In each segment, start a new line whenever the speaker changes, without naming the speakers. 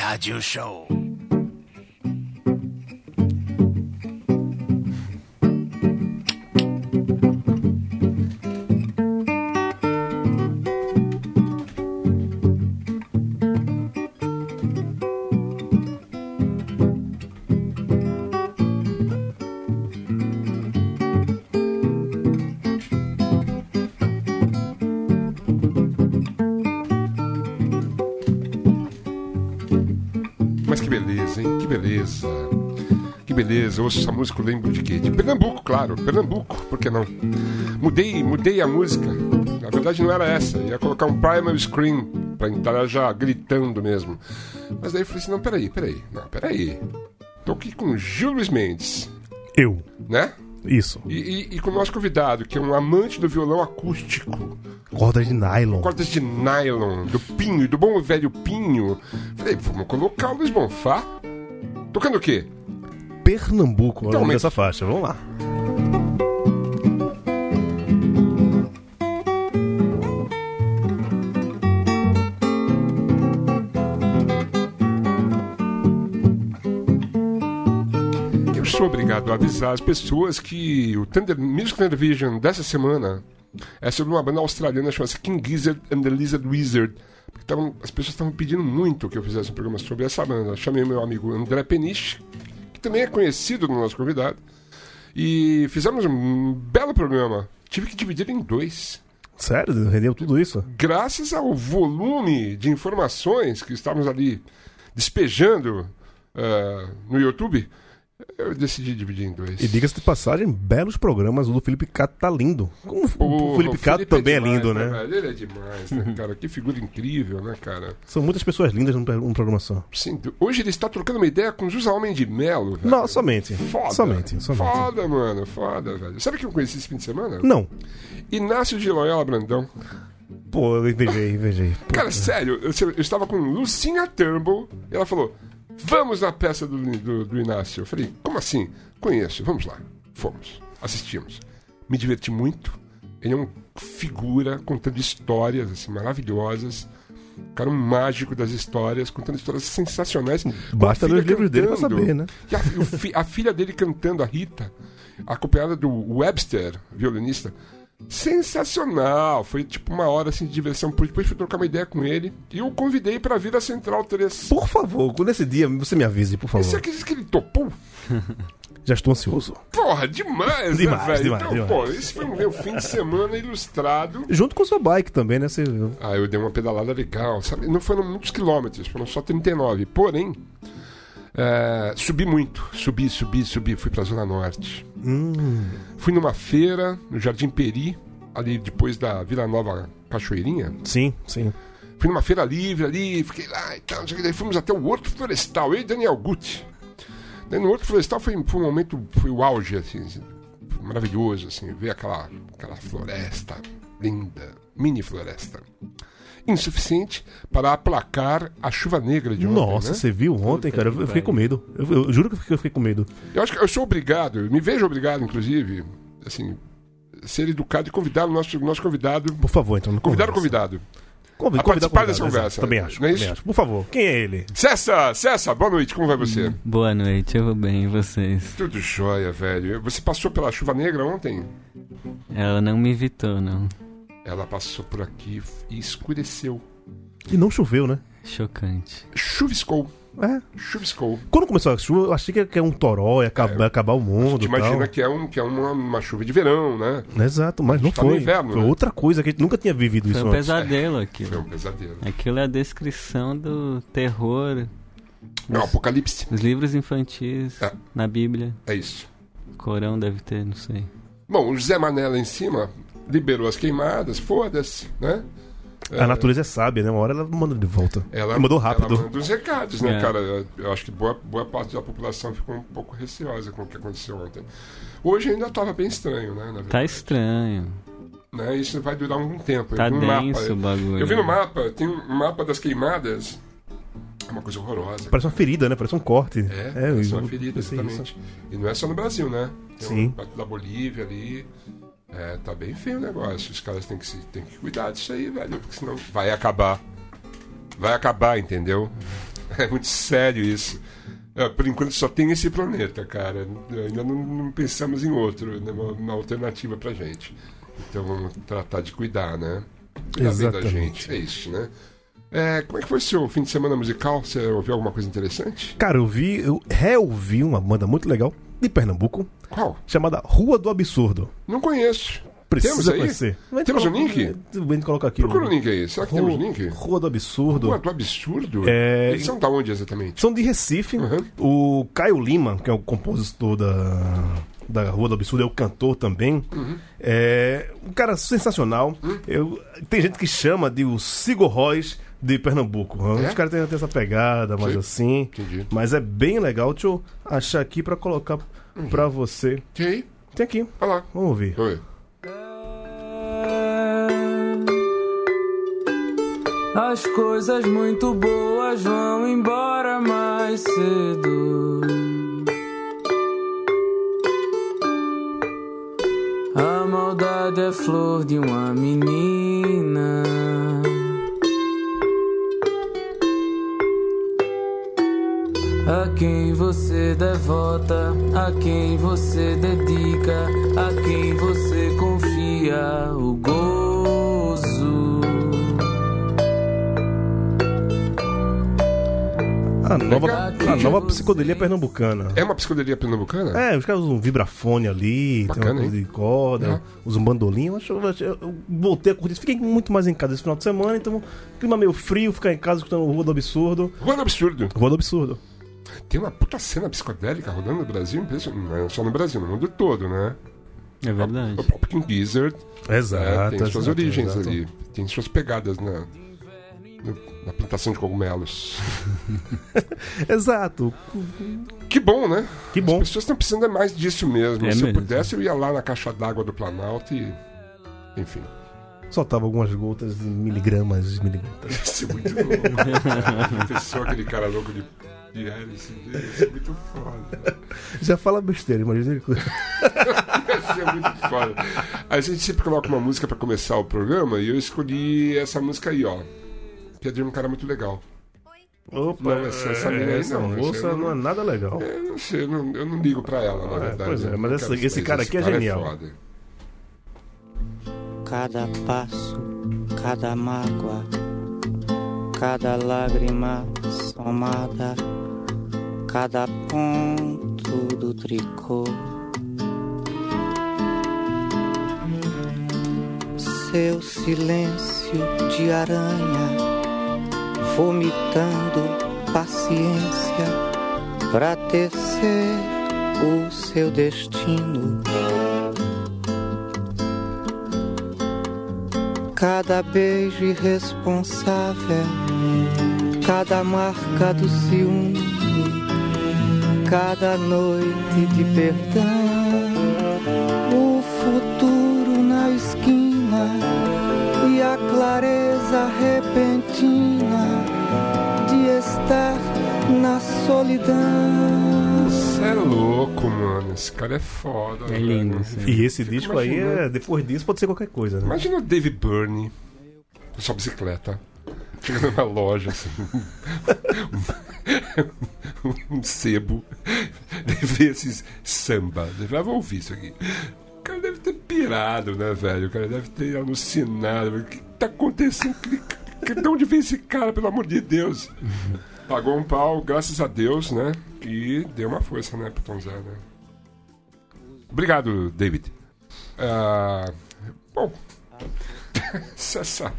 Radio Show.
Mas que beleza, hein? Que beleza. Que beleza. Eu ouço essa música, eu lembro de quê? De Pernambuco, claro. Pernambuco, por que não? Mudei, mudei a música. Na verdade não era essa. Ia colocar um primal screen pra entrar já gritando mesmo. Mas daí eu falei assim, não, peraí, peraí. Não, peraí. Tô aqui com Gil Luiz Mendes,
Eu.
né?
Isso.
E, e- e com o nosso convidado, que é um amante do violão acústico.
Corda de nylon.
cordas de nylon, do Pinho, do bom velho Pinho. Falei, vamos colocar o Luiz Bonfá. Tocando o quê?
Pernambuco é o
Então,
nome
mas-
dessa faixa. Vamos lá.
Eu sou obrigado a avisar as pessoas que o Thunder, Music Thunder Vision dessa semana é sobre uma banda australiana chamada King Gizzard and the Lizard Wizard. Porque tavam- as pessoas estavam pedindo muito que eu fizesse um programa sobre essa banda. Chamei meu amigo André Peniche, que também é conhecido do nosso convidado, e fizemos um belo programa. Tive que dividir em dois.
Sério? Rendeu tudo isso?
graças ao volume de informações que estávamos ali despejando ah, no YouTube, eu decidi dividir em dois.
E diga-se de passagem, belos programas. O do Felipe Cato tá lindo. Como
Pô,
o Felipe Cato também é,
demais,
lindo, né?
velho? Ele é demais, né, cara? Que figura incrível, né, cara?
São muitas pessoas lindas num, num programa só.
Sim, hoje ele está trocando uma ideia com José Homem de Melo, velho.
Não, somente.
Foda.
Somente, somente. Hum.
Foda, mano, foda, velho. Sabe quem eu conheci esse fim de semana?
Não.
Inácio de Loyola Brandão.
Pô, eu invejei, invejei. Pô, é.
Cara, sério, eu, eu estava com Lucinha Turnbull e ela falou: Vamos na peça do, do, do Inácio. Eu falei: Como assim? Conheço, vamos lá. Fomos, assistimos. Me diverti muito. Ele é uma figura contando histórias assim, maravilhosas. Cara, um mágico das histórias, contando histórias sensacionais.
Basta
Com a
ler os
filha
livros dele pra
cantando.
saber, né?
E a, o fi- a filha dele cantando, a Rita, acompanhada do Webster, violinista. Sensacional! Foi tipo uma hora assim, de diversão. Por- Depois fui trocar uma ideia com ele e eu o convidei pra vir a Central 3.
Por favor, quando esse dia você me avise, por
Você
favor.
acredita que ele topou?
Já estou ansioso.
Porra, demais,
Demais,
né, velho?
demais,
então,
demais.
pô, esse foi um meu fim de semana ilustrado.
Junto com sua bike também, né? Você...
Ah, eu dei uma pedalada legal, sabe? Não foram muitos quilômetros, foram só 39. Porém, é, subi muito. Subi, subi, subi. Fui pra Zona Norte.
Hum,
Fui numa feira, no Jardim Peri, ali depois da Vila Nova Cachoeirinha.
sim, sim.
Fui numa feira livre ali, fiquei lá e tal. não sei o que. Daí fomos até o Horto Florestal, eu e Daniel Gucci. Daí no Horto Florestal foi, foi um momento, foi o auge, assim, assim, foi maravilhoso, assim, ver aquela, aquela floresta linda, mini floresta. Insuficiente para aplacar a chuva negra de ontem,
Nossa,
né?
você viu ontem, cara? Eu fiquei com medo. Eu, eu juro que eu fiquei- eu fiquei com medo.
Eu acho que eu sou obrigado, eu me vejo obrigado, inclusive, assim, ser educado e convidar o nosso, nosso convidado
Por favor, então. não
Convidar o
conversa.
convidado.
Convida,
A
convida o
participar
convidado, exato.
dessa conversa.
Também acho.
Não é
também
isso?
acho. Por favor, quem é ele?
Cessa, Cessa, boa noite, como vai você?
Boa noite, eu vou bem, e vocês?
Tudo jóia, velho. Você passou pela chuva negra ontem?
Ela não me evitou, não.
Ela passou por aqui e escureceu.
E não choveu, né?
Chocante.
Chuviscou,
É.
chuviscou.
Quando começou a chuva, eu achei que era um toró, ia acabar, ia acabar o mundo.
Te
e tal.
É. imagina que é, um, que é uma, uma chuva de verão, né?
Exato, mas não
Tá no
foi.
inverno,
foi
né?
outra coisa que a gente nunca tinha vivido
é
Foi
isso
um
antes.
pesadelo
Foi
aquilo.
um pesadelo.
Aquilo é a descrição do terror
É um apocalipse.
nos livros infantis,
É.
na Bíblia.
É isso.
Corão deve ter, não sei.
Bom, o Zé Mané lá em cima liberou as queimadas, foda-se, né?
A natureza é sábia, né? Uma hora ela manda de volta.
Ela
mandou rápido.
Ela manda os recados, né,
É.
cara? Eu acho que boa, boa parte da população ficou um pouco receosa com o que aconteceu ontem. Hoje ainda tava bem estranho, né? na
Tá
verdade,
estranho.
né? Isso vai durar algum tempo. Eu
Tá
vi um
denso
mapa.
o bagulho.
Eu vi no mapa, tem um mapa das queimadas. É uma coisa horrorosa.
Parece uma ferida, né? Parece um corte.
É,
eu-
é uma ferida,
eu sei isso.
exatamente. E não é só no Brasil, né? Tem
Sim.
Um, da Bolívia ali. É, tá bem feio o negócio. Os caras têm que, se, têm que cuidar disso aí, velho. Porque senão vai acabar. Vai acabar, entendeu? É muito sério isso. É, por enquanto só tem esse planeta, cara. Ainda não, não pensamos em outro, né? uma, uma alternativa pra gente. Então vamos tratar de cuidar, né? Cuidar bem da
Exatamente.
gente. É isso, né? É, como é que foi seu fim de semana musical? Você ouviu alguma coisa interessante?
Cara, eu vi, eu reouvi uma banda muito legal de Pernambuco,
Qual?
chamada Rua do Absurdo.
Não conheço. Temos
Precisa
aí?
conhecer. A gente
Temos
coloca-
um link?
A gente coloca aqui. né?
Procura o link aí. Será que
Rua,
temos um link?
Rua do Absurdo.
Ué, do absurdo?
É,
Eles são da onde exatamente?
São de Recife.
Uhum.
O Caio Lima, que é o compositor da, da Rua do Absurdo, é o cantor também.
Uhum.
É um cara sensacional.
Hum.
Eu, tem gente que chama de o Sigur Rós de Pernambuco.
É?
Os caras têm, têm essa pegada, mas
Sim.
assim.
Entendi.
Mas é bem legal. Deixa eu achar aqui pra colocar
Uhum.
pra você.
Tem aí?
Tem aqui.
Olha lá.
Vamos ouvir.
Oi.
As coisas muito boas vão embora mais cedo. A maldade é flor de uma menina. A quem você devota, a quem você dedica, a quem você confia o gozo.
A nova,
Obrigado.
a nova psicodelia pernambucana.
É uma psicodelia pernambucana?
É, os caras usam vibrafone ali, tem
Tá. Bacana,
uma coisa de corda,
É.
usam bandolim. Eu, acho- eu acho- eu voltei a curtir. Fiquei muito mais em casa esse final de semana, então clima meio frio, ficar em casa escutando Rua do Absurdo.
Rua do é um absurdo.
Rua do Absurdo.
Tem uma puta cena psicodélica rodando no Brasil, impressionante. Não é só no Brasil, no mundo todo, né?
É verdade.
O próprio King Gizzard né, tem suas origens ali, tem suas pegadas na, no- na plantação de cogumelos.
Exato.
Que bom, né?
Que bom.
As pessoas estão precisando é mais disso mesmo.
É
Se eu
mesmo.
pudesse, eu ia lá na caixa d'água do Planalto e. Enfim.
Soltava algumas gotas de miligramas, miligramas.
Deve ser muito
né?
louco. Pessoa, aquele cara louco de. De hélice, deve ser é muito foda.
Já fala besteira, imagina.
Deve ser é muito foda. A gente sempre coloca uma música pra começar o programa e eu escolhi essa música aí, ó. Que é de um cara muito legal.
Opa,
Não, essa- essa menina aí
essa
não, essa
moça
aí
não é nada legal.
Eu não sei, eu não, eu não ligo pra ela, na
É,
verdade.
pois é,
Eu
mas
não
essa-
quero
esse
saber,
cara aqui é genial.
foda.
cada passo, cada mágoa, cada lágrima somada, cada ponto do tricô. Seu silêncio de aranha, vomitando paciência pra tecer o seu destino. cada beijo irresponsável, cada marca do ciúme, cada noite de perdão, o futuro na esquina e a clareza repentina de estar na solidão.
Você é louco, mano. Esse cara é foda.
É
velho.
lindo, sim.
E esse disco aí,
imaginando.
é, depois disso, pode ser qualquer coisa, né?
Imagina o Dave Burney com sua bicicleta. Chegando numa loja, assim. um, um sebo. Deve ver esses samba. Deve falar, "Ah, vou ouvir isso aqui. O cara deve ter pirado, né, velho? O cara deve ter alucinado. O que tá acontecendo? Que- que- De onde vem esse cara, pelo amor de Deus? Pagou um pau, graças a Deus, né? E deu uma força, né, pro Tom Zé, né? Obrigado, David. Ah, bom. Sassá,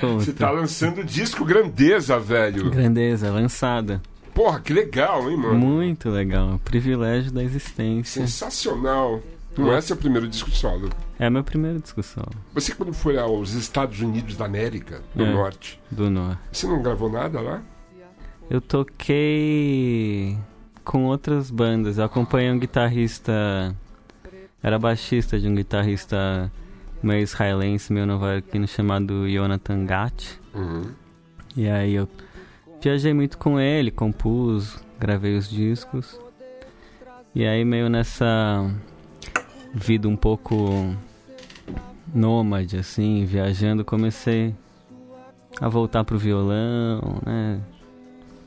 Conta.
Você tá lançando disco grandeza, velho.
Grandeza, lançada.
Porra, que legal, hein, mano?
Muito legal. Privilégio da existência.
Sensacional. Não é seu primeiro disco solo.
É a minha primeira discussão
Você, quando foi aos Estados Unidos da América, do
É.
Norte,
do Noah.
você não gravou nada lá?
Eu toquei com outras bandas. Eu acompanhei um guitarrista. Era baixista de um guitarrista meio israelense, meio novaiorquino, chamado Jonathan Gatti.
Uhum.
E aí eu viajei muito com ele, compus, gravei os discos. E aí meio nessa vida um pouco nômade, assim, viajando, comecei a voltar pro violão, né?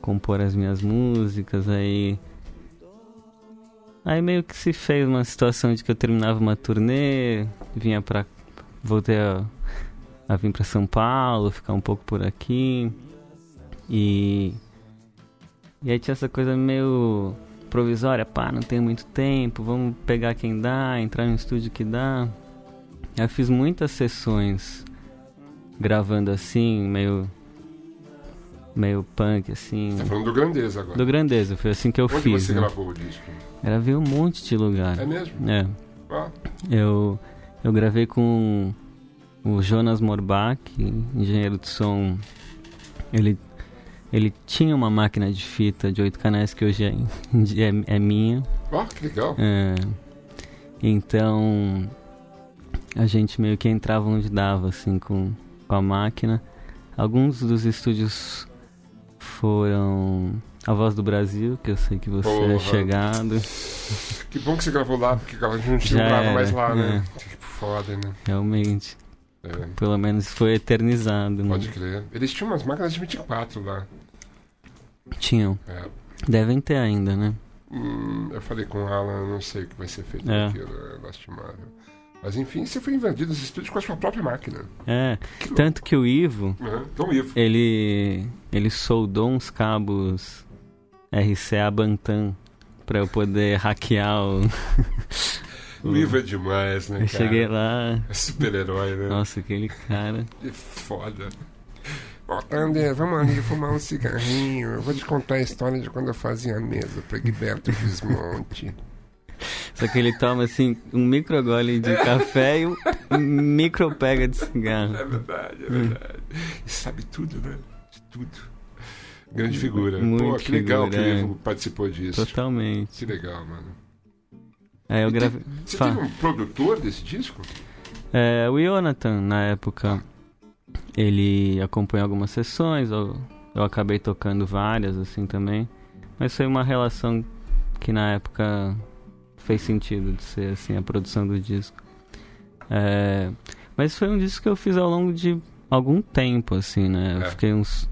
compor as minhas músicas, aí. Aí meio que se fez uma situação de que eu terminava uma turnê, vinha pra. voltei a, a vir pra São Paulo, ficar um pouco por aqui. E. E aí tinha essa coisa meio provisória, pá, não tem muito tempo, vamos pegar quem dá, entrar no estúdio que dá. Eu fiz muitas sessões gravando assim, meio meio punk assim,
Tá falando do Grandeza agora.
do grandeza, foi assim que eu
Onde
fiz.
você
né?
gravou o disco?
Gravei um monte de lugar.
É mesmo?
É.
Ah,
Eu, eu gravei com o Jonas Morbach, engenheiro de som. Ele, ele tinha uma máquina de fita de oito canais que hoje é, é, é minha.
ah que legal.
É, então a gente meio que entrava onde dava, assim, com, com a máquina. Alguns dos estúdios foram A Voz do Brasil, que eu sei que você
Porra.
é chegado.
Que bom que você gravou lá, porque a gente
Já
não grava
era,
mais lá, né?
é.
Tipo, foda, né?
Realmente.
É,
Pelo menos foi eternizado. né?
pode crer. Eles tinham umas máquinas de 24 lá.
Tinham.
É.
Devem ter ainda, né?
Hum, eu falei com o Alan, não sei o que vai ser feito
É.
daquilo, é lastimável. Mas enfim, você foi invadido os estúdios com a sua própria máquina.
É.
Que
Tanto que o Ivo,
Uhum. Então, Ivo.
ele. ele soldou uns cabos RCA Bantam pra eu poder hackear o.
O Ivo é demais, né,
Uhum. Eu
cara?
cheguei lá.
É super-herói, né?
Nossa, aquele cara.
Que foda. Ó, André, vamos ali fumar um cigarrinho. Eu vou te contar a história de quando eu fazia a mesa pra Gilberto Gismonte.
Só que ele toma assim um micro gole de café e um micro pega de cigarro.
É verdade, é
Hum.
verdade. E sabe tudo, né? De tudo. Grande figura. Pô,
Muito
que legal
figura,
que o
é.
Ivo participou disso.
Totalmente.
Que legal, mano.
Aí eu
E
gravei.
Você
Fala.
teve um produtor desse disco?
É, o Jonathan, na época, ele acompanhou algumas sessões, eu, eu acabei tocando várias, assim, também. Mas foi uma relação que, na época, fez sentido de ser, assim, a produção do disco. É, mas foi um disco que eu fiz ao longo de algum tempo, assim, né? Eu
É.
fiquei uns,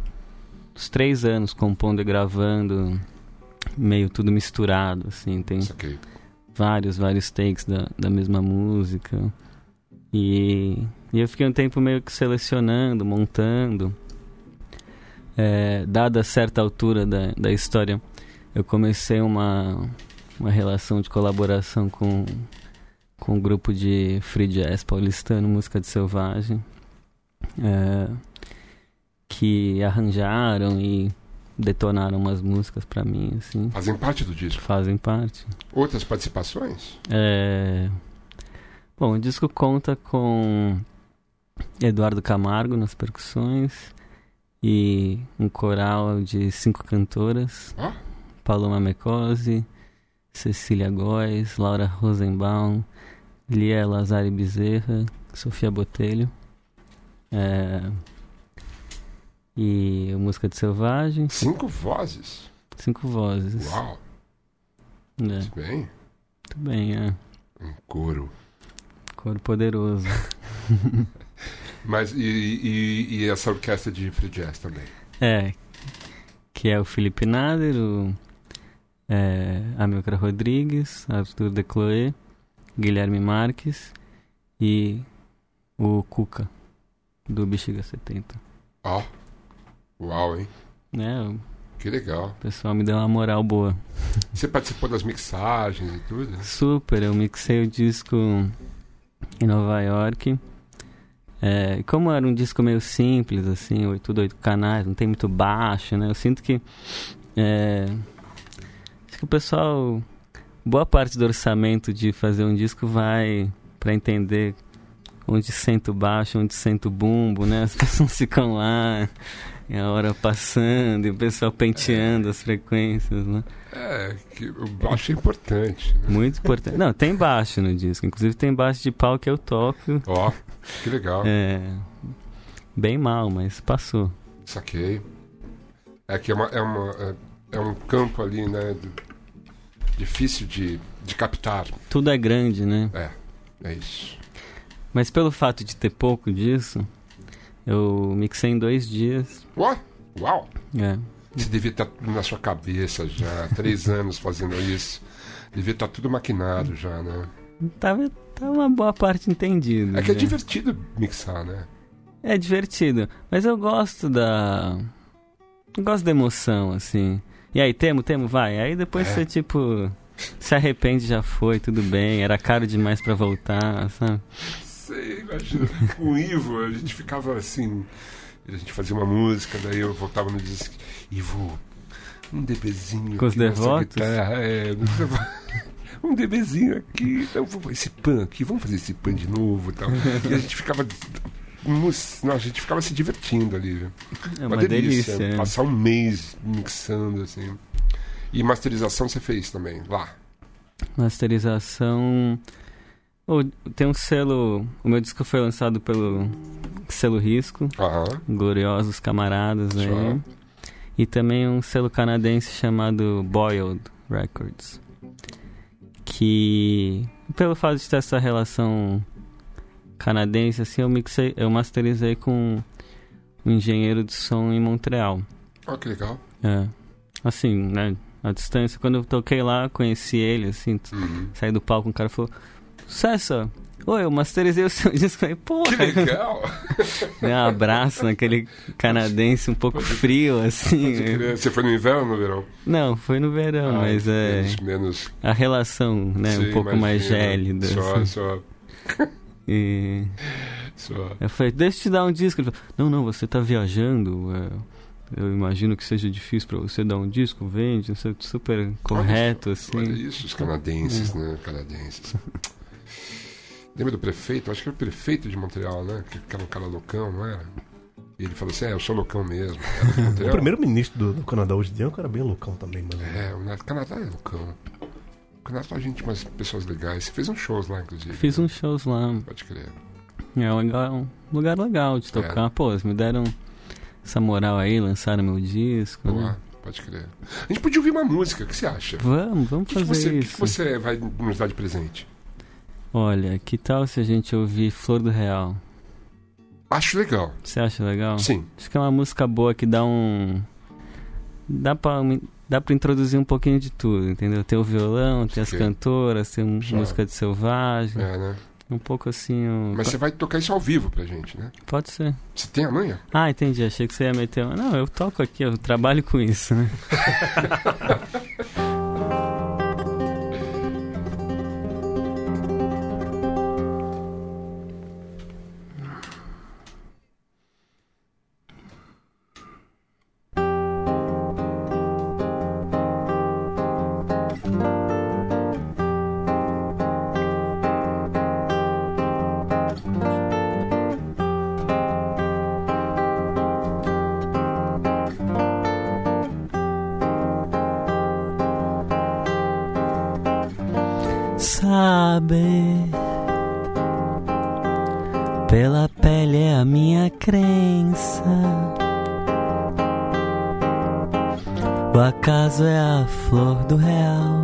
uns três anos compondo e gravando, meio tudo misturado, assim. Tem
Saquei.
vários, vários takes da, da mesma música. E, e eu fiquei um tempo meio que selecionando, montando. É, dada certa altura da, da história, eu comecei uma, uma relação de colaboração com, com um grupo de free jazz paulistano, música de selvagem, é, que arranjaram e detonaram umas músicas pra mim, assim,
Fazem parte do disco.
fazem parte.
Outras participações?
É... Bom, o disco conta com Eduardo Camargo nas percussões e um coral de cinco cantoras:
Ó.
Paloma Mecose, Cecília Góes, Laura Rosenbaum, Lia Lazari Bezerra, Sofia Botelho. É... E música de Selvagem,
Cinco vozes?
cinco vozes.
Uau,
É,
muito
muito
bem.
bem, é.
Um coro.
Coro poderoso.
Mas e, e- e essa orquestra de free jazz também?
É, que é o Felipe Nader, o é, Amilcar Rodrigues, Arthur Decloé, Guilherme Marques e o Cuca, do Bexiga 70.
Ó. Uau, hein?
Né, o
Que legal.
pessoal me deu uma moral boa.
Você participou das mixagens e tudo? né?
Super, eu mixei o disco em Nova York. É, e como era um disco meio simples, assim, oito- tudo oito canais, não tem muito baixo, né? Eu sinto que. é, acho que o pessoal. Boa parte do orçamento de fazer um disco vai para entender onde senta o baixo, onde senta o bumbo, né? As pessoas ficam lá, e a hora passando, e o pessoal penteando as frequências, né?
É, que o baixo é importante. né?
Muito importante. Não, tem baixo no disco. Inclusive tem baixo de pau que eu toco.
Ó, que legal.
É, bem mal, mas passou.
Saquei. É que é, uma, é, uma, é, é um campo ali, né? do- difícil de, de captar.
Tudo é grande, né?
É isso.
Mas pelo fato de ter pouco disso, eu mixei em dois dias.
Uau! Uau!
É.
Você devia estar tudo na sua cabeça já, três anos fazendo isso. Devia estar tudo maquinado já, né?
Tava, tava uma boa parte entendido.
É que é
né?
divertido mixar, né?
É divertido, mas eu gosto da. eu gosto da emoção, assim. E aí, temo, temo, vai. Aí depois
É.
você, tipo, se arrepende, já foi, tudo bem, era caro demais pra voltar, sabe?
Sei, imagina. Com o Ivo, a gente ficava assim. A gente fazia uma música, daí eu voltava no disco. assim, Ivo, um DBzinho.
Com os
aqui nessa
devotos?
guitarra, é, no devo- um DBzinho aqui. Então, vamos- esse pan aqui, vamos fazer esse pan de novo e tal. E a gente ficava. nos- Não, a gente ficava se divertindo ali. viu?
É uma, delícia. né?
Passar um mês mixando, assim. E masterização você fez também, lá.
Masterização. Ô, tem um selo. O meu disco foi lançado pelo selo Risco,
Aham.
Gloriosos Camaradas aí.
Só.
E também um selo canadense chamado Boiled Records. Que, pelo fato de ter essa relação canadense, assim, eu mixei, eu masterizei com um engenheiro de som em Montreal.
Ó, que legal.
É. Assim, né? A distância. Quando eu toquei lá, conheci ele, assim, t-
Uhum.
saí do palco, um cara falou: Cessa, oi, eu masterizei o seu disco. Eu Falei,
Que
porra!
legal!
Dei um abraço naquele canadense um pouco frio, assim.
Pode crer. Você foi no inverno ou no verão?
Não, foi no verão,
Ah,
mas é.
Menos, menos.
A relação, né?
Sim,
um pouco mais
imagino.
gélida.
Só,
assim.
só,
E
só.
eu falei, deixa eu te dar um disco. Ele falou, não, não, você tá viajando. é, Eu imagino que seja difícil pra você dar um disco, vende, não sei, super correto,
Olha
assim.
isso, os canadenses,
É.
né? Canadenses. Lembra do prefeito? Acho que era o prefeito de Montreal, né? Que era um cara loucão, não era? E ele falou assim: é, eu sou loucão mesmo. Era de
O
Montreal.
primeiro-ministro do, do Canadá hoje em dia é um cara bem loucão também, mas.
É, o Nat- Canadá é loucão. O Canadá a gente umas pessoas legais. Você fez uns shows lá, inclusive.
Fiz um
né?
uns shows lá.
Pode crer.
É um lugar, um lugar legal
É.
de tocar. Pô, eles me deram essa moral aí, lançaram meu disco. né?
Boa, pode crer. A gente podia ouvir uma música, o que você acha? O
Vamos, vamos
que, que
fazer
você, o que
isso.
que você vai nos dar de presente?
Olha, que tal se a gente ouvir Flor do Real?
Acho legal.
Você acha legal?
Sim.
Acho que é uma música boa que dá um. Dá pra, dá pra introduzir um pouquinho de tudo, entendeu? Tem o violão, tem as
Ok.
cantoras, tem um-
Já.
música de selvagem.
É, né?
Um pouco assim. o-
Mas
po-
você vai tocar isso ao vivo pra gente, né?
Pode ser.
Você tem a manha?
Ah, entendi. Achei que você ia meter. uma- Não, eu toco aqui, eu trabalho com isso, né? saber. Pela pele é a minha crença. O acaso é a flor do real.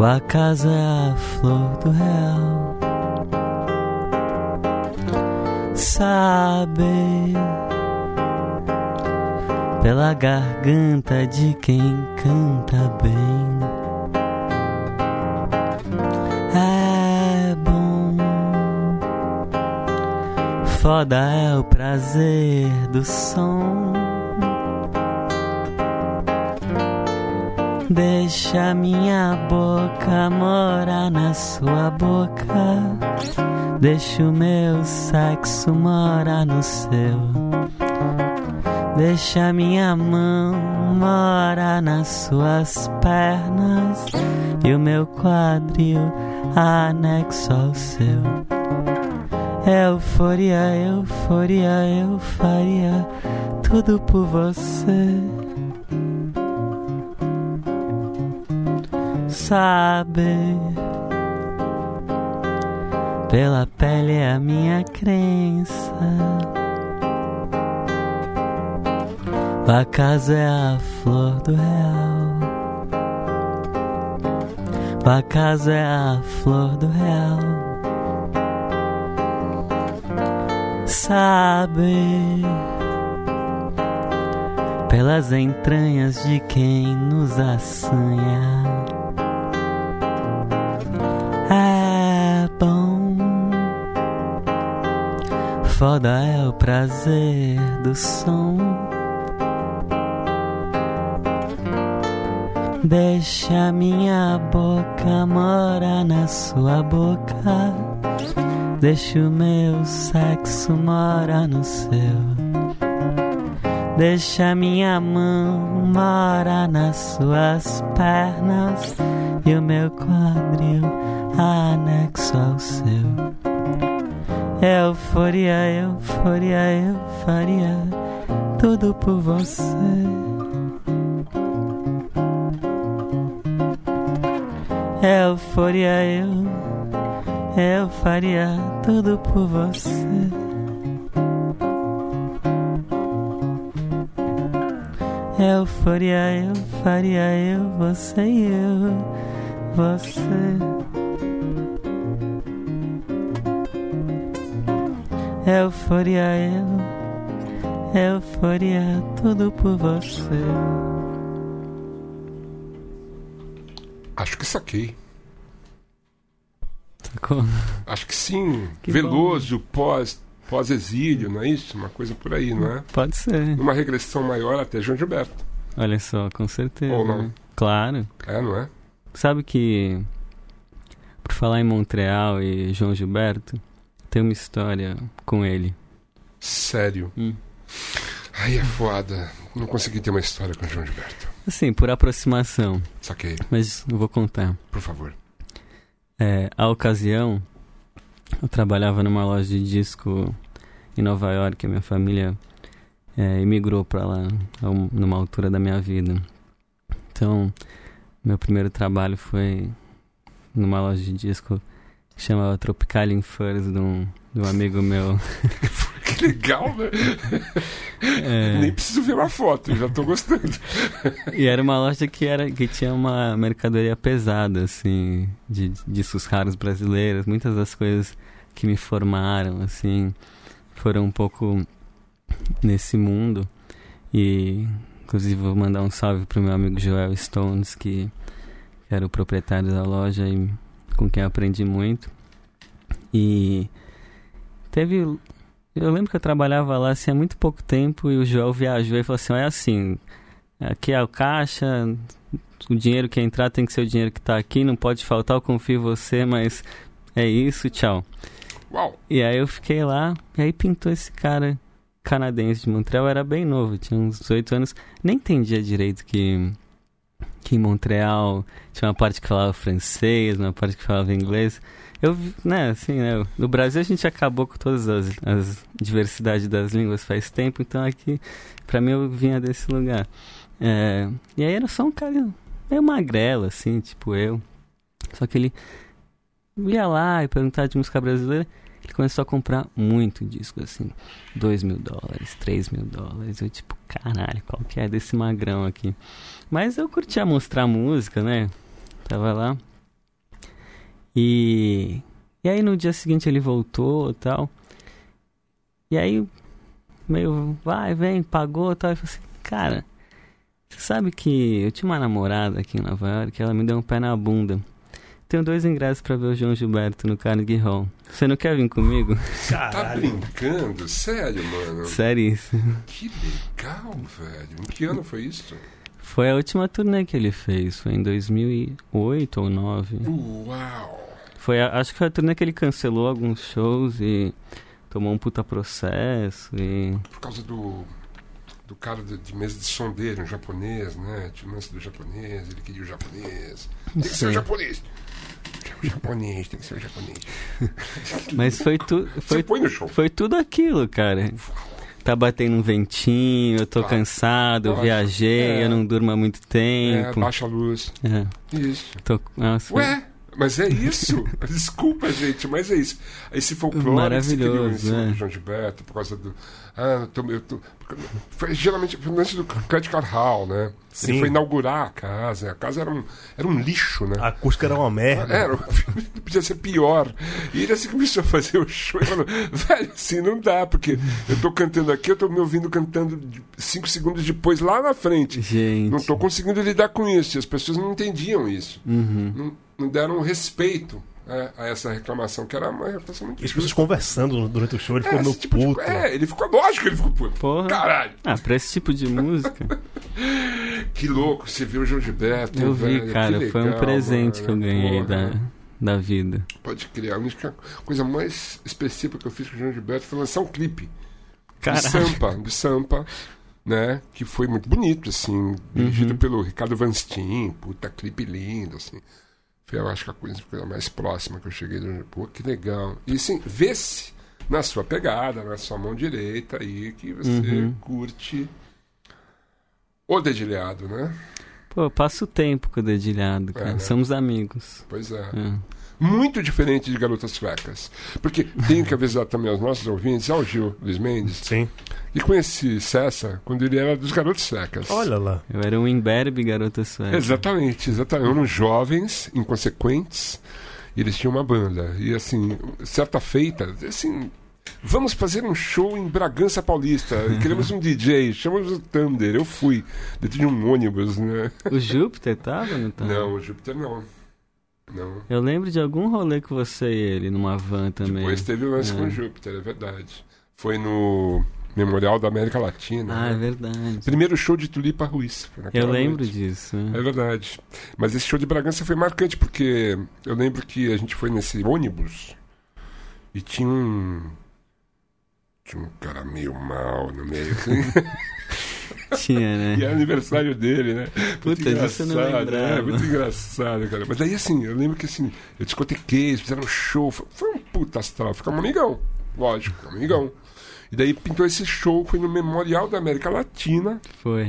O acaso é a flor do real. Saber pela garganta de quem canta bem. É bom, foda é o prazer do som. Deixa minha boca morar na sua boca. Deixa o meu sexo morar no seu. Deixa minha mão morar nas suas pernas e o meu quadril anexo ao seu. É Euforia, euforia, eu faria tudo por você. Saber pela pele é a minha crença. O acaso é a flor do real. O acaso é a flor do real. Sabe, pelas entranhas de quem nos assanha. É bom, foda é o prazer do som. Deixa minha boca morar na sua boca. Deixa o meu sexo morar no seu. Deixa minha mão morar nas suas pernas e o meu quadril anexo ao seu. É Euforia, euforia, eu faria tudo por você. É Euforia, eu, eu faria tudo por você. Eu faria, É eu faria, eu, você e eu, você. Eu faria, É. eu, eu faria tudo por você.
Acho que saquei.
Sacou?
Acho que sim.
Que
Veloso, pós, pós-exílio, não é isso? Uma coisa por aí, não é?
Pode ser.
Uma regressão maior até João Gilberto.
Olha só, com certeza.
Ou não.
Claro.
É, não é?
Sabe que, por falar em Montreal e João Gilberto, tem uma história com ele.
Sério.
Hum.
Aí é foda. Não consegui ter uma história com o João Gilberto.
Assim, por aproximação,
Saquei,
mas eu vou contar.
por favor.
É, a ocasião, eu trabalhava numa loja de disco em Nova York, a minha família é, imigrou pra lá a um- numa altura da minha vida. Então, meu primeiro trabalho foi numa loja de disco que chamava Tropical Infers, de um, de um amigo meu.
Que legal, né?
É.
Nem preciso ver uma foto, já tô gostando.
E era uma loja que, era, que tinha uma mercadoria pesada, assim, de de discos raros brasileiros. Muitas das coisas que me formaram, assim, foram um pouco nesse mundo. E, inclusive, vou mandar um salve pro meu amigo Joel Stones, que era o proprietário da loja e com quem eu aprendi muito. E teve. Eu lembro que eu trabalhava lá assim, há muito pouco tempo e o Joel viajou e falou assim: é assim, Aqui é o caixa. O dinheiro que entrar tem que ser o dinheiro que tá aqui, não pode faltar, eu confio em você, mas é isso, tchau.
Uau!
E aí eu fiquei lá, e aí pintou esse cara canadense de Montreal, era bem novo, tinha uns 18 anos, nem entendia direito que que em Montreal tinha uma parte que falava francês, uma parte que falava inglês. Eu, vi- né, assim, né, no Brasil a gente acabou com todas as, as diversidades das línguas faz tempo, então aqui, pra mim, eu vinha desse lugar. É, e aí era só um cara meio magrelo, assim, tipo eu. Só que ele ia lá e perguntava de música brasileira. Ele começou a comprar muito disco, assim. 2 mil dólares, 3 mil dólares. Eu, tipo, caralho, qual que é desse magrão aqui? Mas eu curtia mostrar música, né? Tava lá. E. E aí no dia seguinte ele voltou e tal. E aí, meio, vai, vem, pagou e tal. Eu falei assim, cara, você sabe que eu tinha uma namorada aqui em Nova York, ela me deu um pé na bunda. Tenho dois ingressos pra ver o João Gilberto no Carnegie Hall. Você não quer vir comigo?
Tá brincando? Sério, mano?
Sério isso.
Que legal, velho. Em que ano foi isso?
Foi a última turnê que ele fez, foi em 2008 ou 2009.
Hum. Uau!
Foi a- acho que foi a turnê que ele cancelou alguns shows e tomou um puta processo e...
Por causa do. Do cara de, de mesa de som dele, um japonês, né? Tinha o lance do japonês, ele queria o japonês. Tem que ser o japonês! O japonês, tem que ser o japonês.
Mas foi, tu,
Você
foi,
põe no show.
foi tudo aquilo, cara. Tá batendo um ventinho, eu tô
Tá.
cansado, eu
Lógico.
viajei,
É.
eu não durmo há
É,
muito tempo.
baixa a luz.
É.
Isso.
Tô- nossa,
Ué, mas é isso. Desculpa, gente, mas é isso. Esse folclore que se criou em
Maravilhoso,
cima
é.
do João Gilberto, por causa do. Ah, eu tô, eu tô- por Foi geralmente foi antes do Cante Carral, né?
Sim.
Ele foi inaugurar a casa. A casa era um, era um lixo, né?
A acústica era uma merda.
Era, podia ser pior. E ele assim começou a fazer o show. Eu falando, velho, assim não dá, porque eu tô cantando aqui, eu tô me ouvindo cantando de- cinco segundos depois lá na frente.
Gente.
Não tô conseguindo lidar com isso. E as pessoas não entendiam isso.
Uhum.
Não, não deram respeito é, a essa reclamação, que era uma reclamação muito
E As pessoas conversando durante o show, ele ficou
É,
meio
esse tipo de
puto.
co-
né?
é, ele ficou, lógico que ele ficou puto.
Porra.
Caralho,
Ah, pra esse tipo de música,
que louco, você viu o Jorge Beto.
eu
velho,
vi,
que
cara. Foi um
legal,
presente que eu
mano,
ganhei
porra.
da, da vida.
Pode crer. A única coisa mais específica que eu fiz com o João Gilberto foi lançar um clipe de
Caralho.
Sampa, de Sampa, né? Que foi muito bonito, assim, dirigido pelo Ricardo Vanstin, puta clipe lindo, assim. Foi, eu acho que a coisa, coisa mais próxima que eu cheguei do Pô, que legal. E assim, vê-se na sua pegada, na sua mão direita aí, que você curte o dedilhado, né?
Pô, eu passo tempo com o dedilhado, cara.
É, né?
Somos amigos.
Pois é.
É.
muito diferente de Garotas Fracas. Porque tenho que avisar também aos nossos ouvintes, ao Gil Luiz Mendes,
Sim.
que conheci Cessa quando ele era dos Garotos Fracas.
Olha lá.
Eu era um imberbe garota sueca.
Exatamente, exatamente. Eram jovens, inconsequentes, e eles tinham uma banda. E assim, certa feita, assim, vamos fazer um show em Bragança Paulista. Queremos um DJ, chamamos o Thunder. Eu fui, dentro de um ônibus, né?
O Júpiter tava ou não tava?
Não, o Júpiter não. Não.
Eu lembro de algum rolê com você e ele numa van também.
Depois teve o lance
É.
com Júpiter, é verdade. Foi no Memorial da América Latina.
Ah, é
né?
verdade.
Primeiro show de Tulipa Ruiz. foi naquela
Eu lembro
noite.
disso.
É
né?
verdade. Mas esse show de Bragança foi marcante, porque eu lembro que a gente foi nesse ônibus e tinha um. Tinha um cara meio mal no meio. assim.
Tinha, né?
E é aniversário dele, né? Muito
Puta, disso eu não
engraçado,
lembrava.
É, muito engraçado, cara. Mas daí, assim, eu lembro que, assim, eu discotequei, eles fizeram um show. Foi, foi um puta astral. Ficamos amigão. Lógico, ficamos amigão. E daí pintou esse show, foi no Memorial da América Latina.
Foi.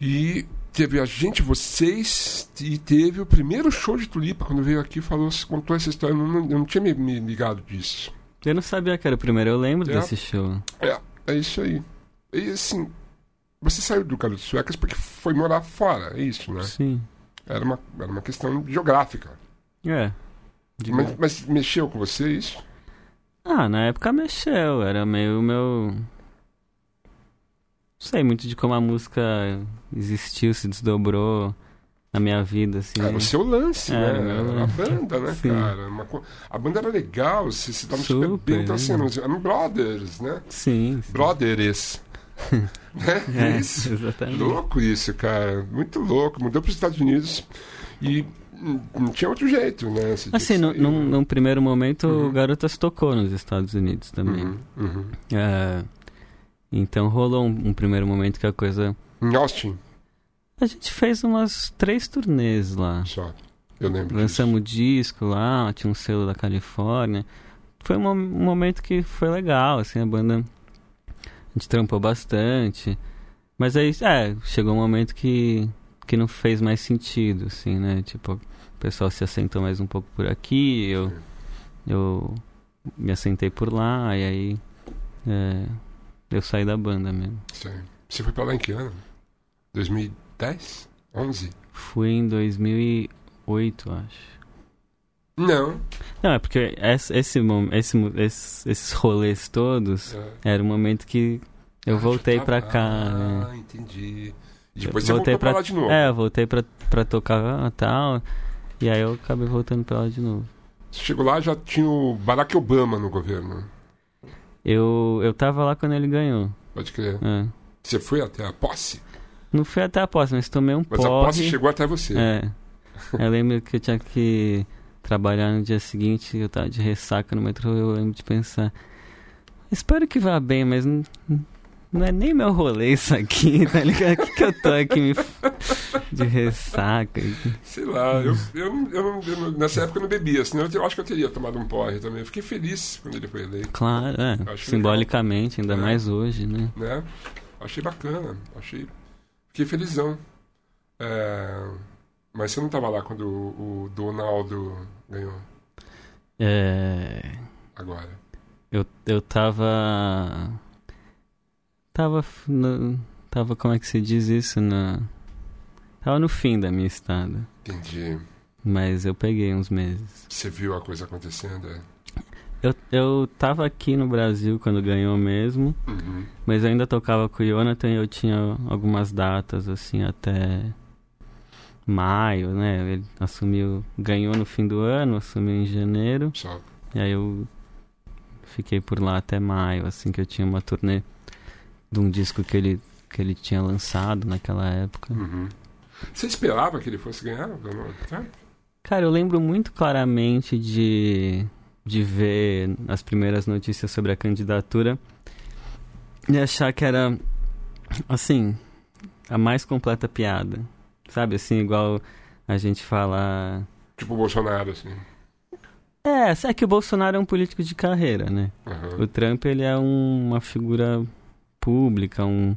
E teve a gente, vocês, e teve o primeiro show de Tulipa. Quando veio aqui, falou, contou essa história. Eu não, eu não tinha me, me ligado disso.
Eu não sabia que era o primeiro, eu lembro
É.
desse show.
É, é isso aí. E assim, você saiu do Carlos Suecas porque foi morar fora, é isso, né?
Sim.
Era uma, era uma questão geográfica.
É. De-
Mas, mas mexeu com você é isso?
Ah, na época mexeu, era meio meu. Não sei muito de como a música existiu, se desdobrou na minha vida, assim.
Era o seu lance,
Era
né?
meu
Era a
lance.
banda, né,
é, Sim.
cara? Uma co- A banda era legal, vocês se davam super,
Super,
bem. Então, assim,
né?
eram, eram brothers, né?
Sim. sim.
Brothers. né?
É,
Isso.
exatamente.
Louco isso, cara. Muito louco. Mudou para os Estados Unidos e hum, não tinha outro jeito, né? Você tinha
Assim,
que
num,
sair,
num-
né?
num primeiro momento,
Uhum.
o Garotas tocou nos Estados Unidos também.
Uhum, uhum.
É, então rolou um, um primeiro momento que a coisa.
Em Austin,
A gente fez umas três turnês lá.
só. Eu lembro.
Lançamos um disco lá, tinha um selo da Califórnia. Foi um, mo- um momento que foi legal, assim, a banda. A gente trampou bastante. Mas aí, é, chegou um momento que, que não fez mais sentido, assim, né? Tipo, o pessoal se assentou mais um pouco por aqui, eu,
É,
eu me assentei por lá, e aí. é, eu saí da banda mesmo.
disso. Sim. Você foi para lá em que ano? 2010? 11?
Fui em 2008, acho.
Não.
Não, é porque esse, esse, mom- esse, mo- esse- esses rolês todos
É.
era o momento que eu
Ah,
voltei
já
pra
tava-
cá. né?
Ah, entendi. E
Eu
depois você voltou pra lá de novo.
É, eu voltei pra, pra tocar e tal. E aí eu acabei voltando pra lá de novo.
Você chegou lá já tinha o Barack Obama no governo.
Eu, eu tava lá quando ele ganhou.
Pode crer.
é.
Você foi até a posse?
Não fui até a posse, mas tomei um
Mas
porre.
a posse chegou até você.
É. Eu lembro que eu tinha que trabalhar no dia seguinte, eu tava de ressaca no metrô, eu lembro de pensar. Espero que vá bem, mas n- n- não é nem meu rolê isso aqui, tá ligado? O que, que eu tô aqui me f- de ressaca?
Sei lá, eu, eu, não- eu, não- eu não- nessa época eu não bebia, senão eu, te- eu acho que eu teria tomado um porre também. Eu fiquei feliz quando ele foi eleito,
Claro, é,
legal.
simbolicamente, ainda
É.
mais hoje, né?
né? Achei bacana, achei. Fiquei felizão. É, mas você não estava lá quando o, o Donaldo ganhou
É,
agora.
eu, eu tava. Tava. f- no- tava, como é que se diz isso? Na, tava no fim da minha estada.
Entendi.
Mas eu peguei uns meses.
Você viu a coisa acontecendo, é?
Eu, eu tava aqui no Brasil quando ganhou mesmo,
Uhum.
mas eu ainda tocava com o Jonathan e eu tinha algumas datas, assim, até maio, né? Ele assumiu, ganhou no fim do ano, assumiu em janeiro,
Só.
e aí eu fiquei por lá até maio, assim, que eu tinha uma turnê de um disco que ele, que ele tinha lançado naquela época.
Uhum. Você esperava que ele fosse ganhar? ou não? Tá?
Cara, eu lembro muito claramente de, de ver as primeiras notícias sobre a candidatura e achar que era, assim, a mais completa piada. Sabe, assim, igual a gente fala...
Tipo o Bolsonaro, assim.
É, é que o Bolsonaro é um político de carreira, né?
Aham.
O Trump, ele é um- uma figura pública, um,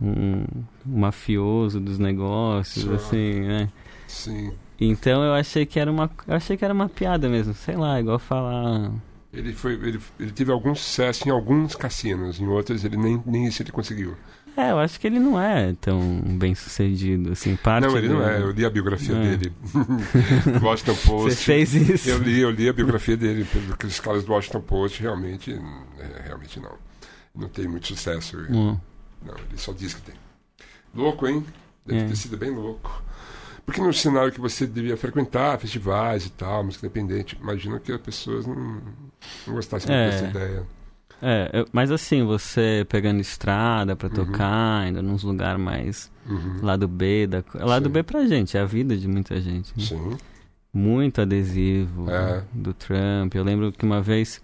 um mafioso dos negócios,
Sim.
assim, né?
Sim.
Então eu achei que era uma. Eu achei que era uma piada mesmo, sei lá, igual falar.
Ele, foi, ele, ele teve algum sucesso em alguns cassinos, em outros ele nem, nem isso ele conseguiu.
É, eu acho que ele não é tão bem sucedido, assim, parte
não, ele não
do-
é. Eu li a biografia
É.
dele. Washington Post.
Você fez isso.
Eu li, eu li a biografia dele pelos caras do Washington Post, realmente, é, realmente não. Não tem muito sucesso.
Hum.
Não, ele só diz que tem. Louco, hein? Deve
É.
ter sido bem louco. Porque no cenário que você devia frequentar, festivais e tal, música independente, imagino que as pessoas não, não gostassem
É.
muito dessa ideia.
É, eu- mas assim, você pegando estrada pra
Uhum.
tocar, ainda nos lugares mais
Uhum.
lado B da co- Lado
Sim.
B pra gente, é a vida de muita gente. né?
Sim.
muito adesivo né,
É.
do Trump. Eu lembro que uma vez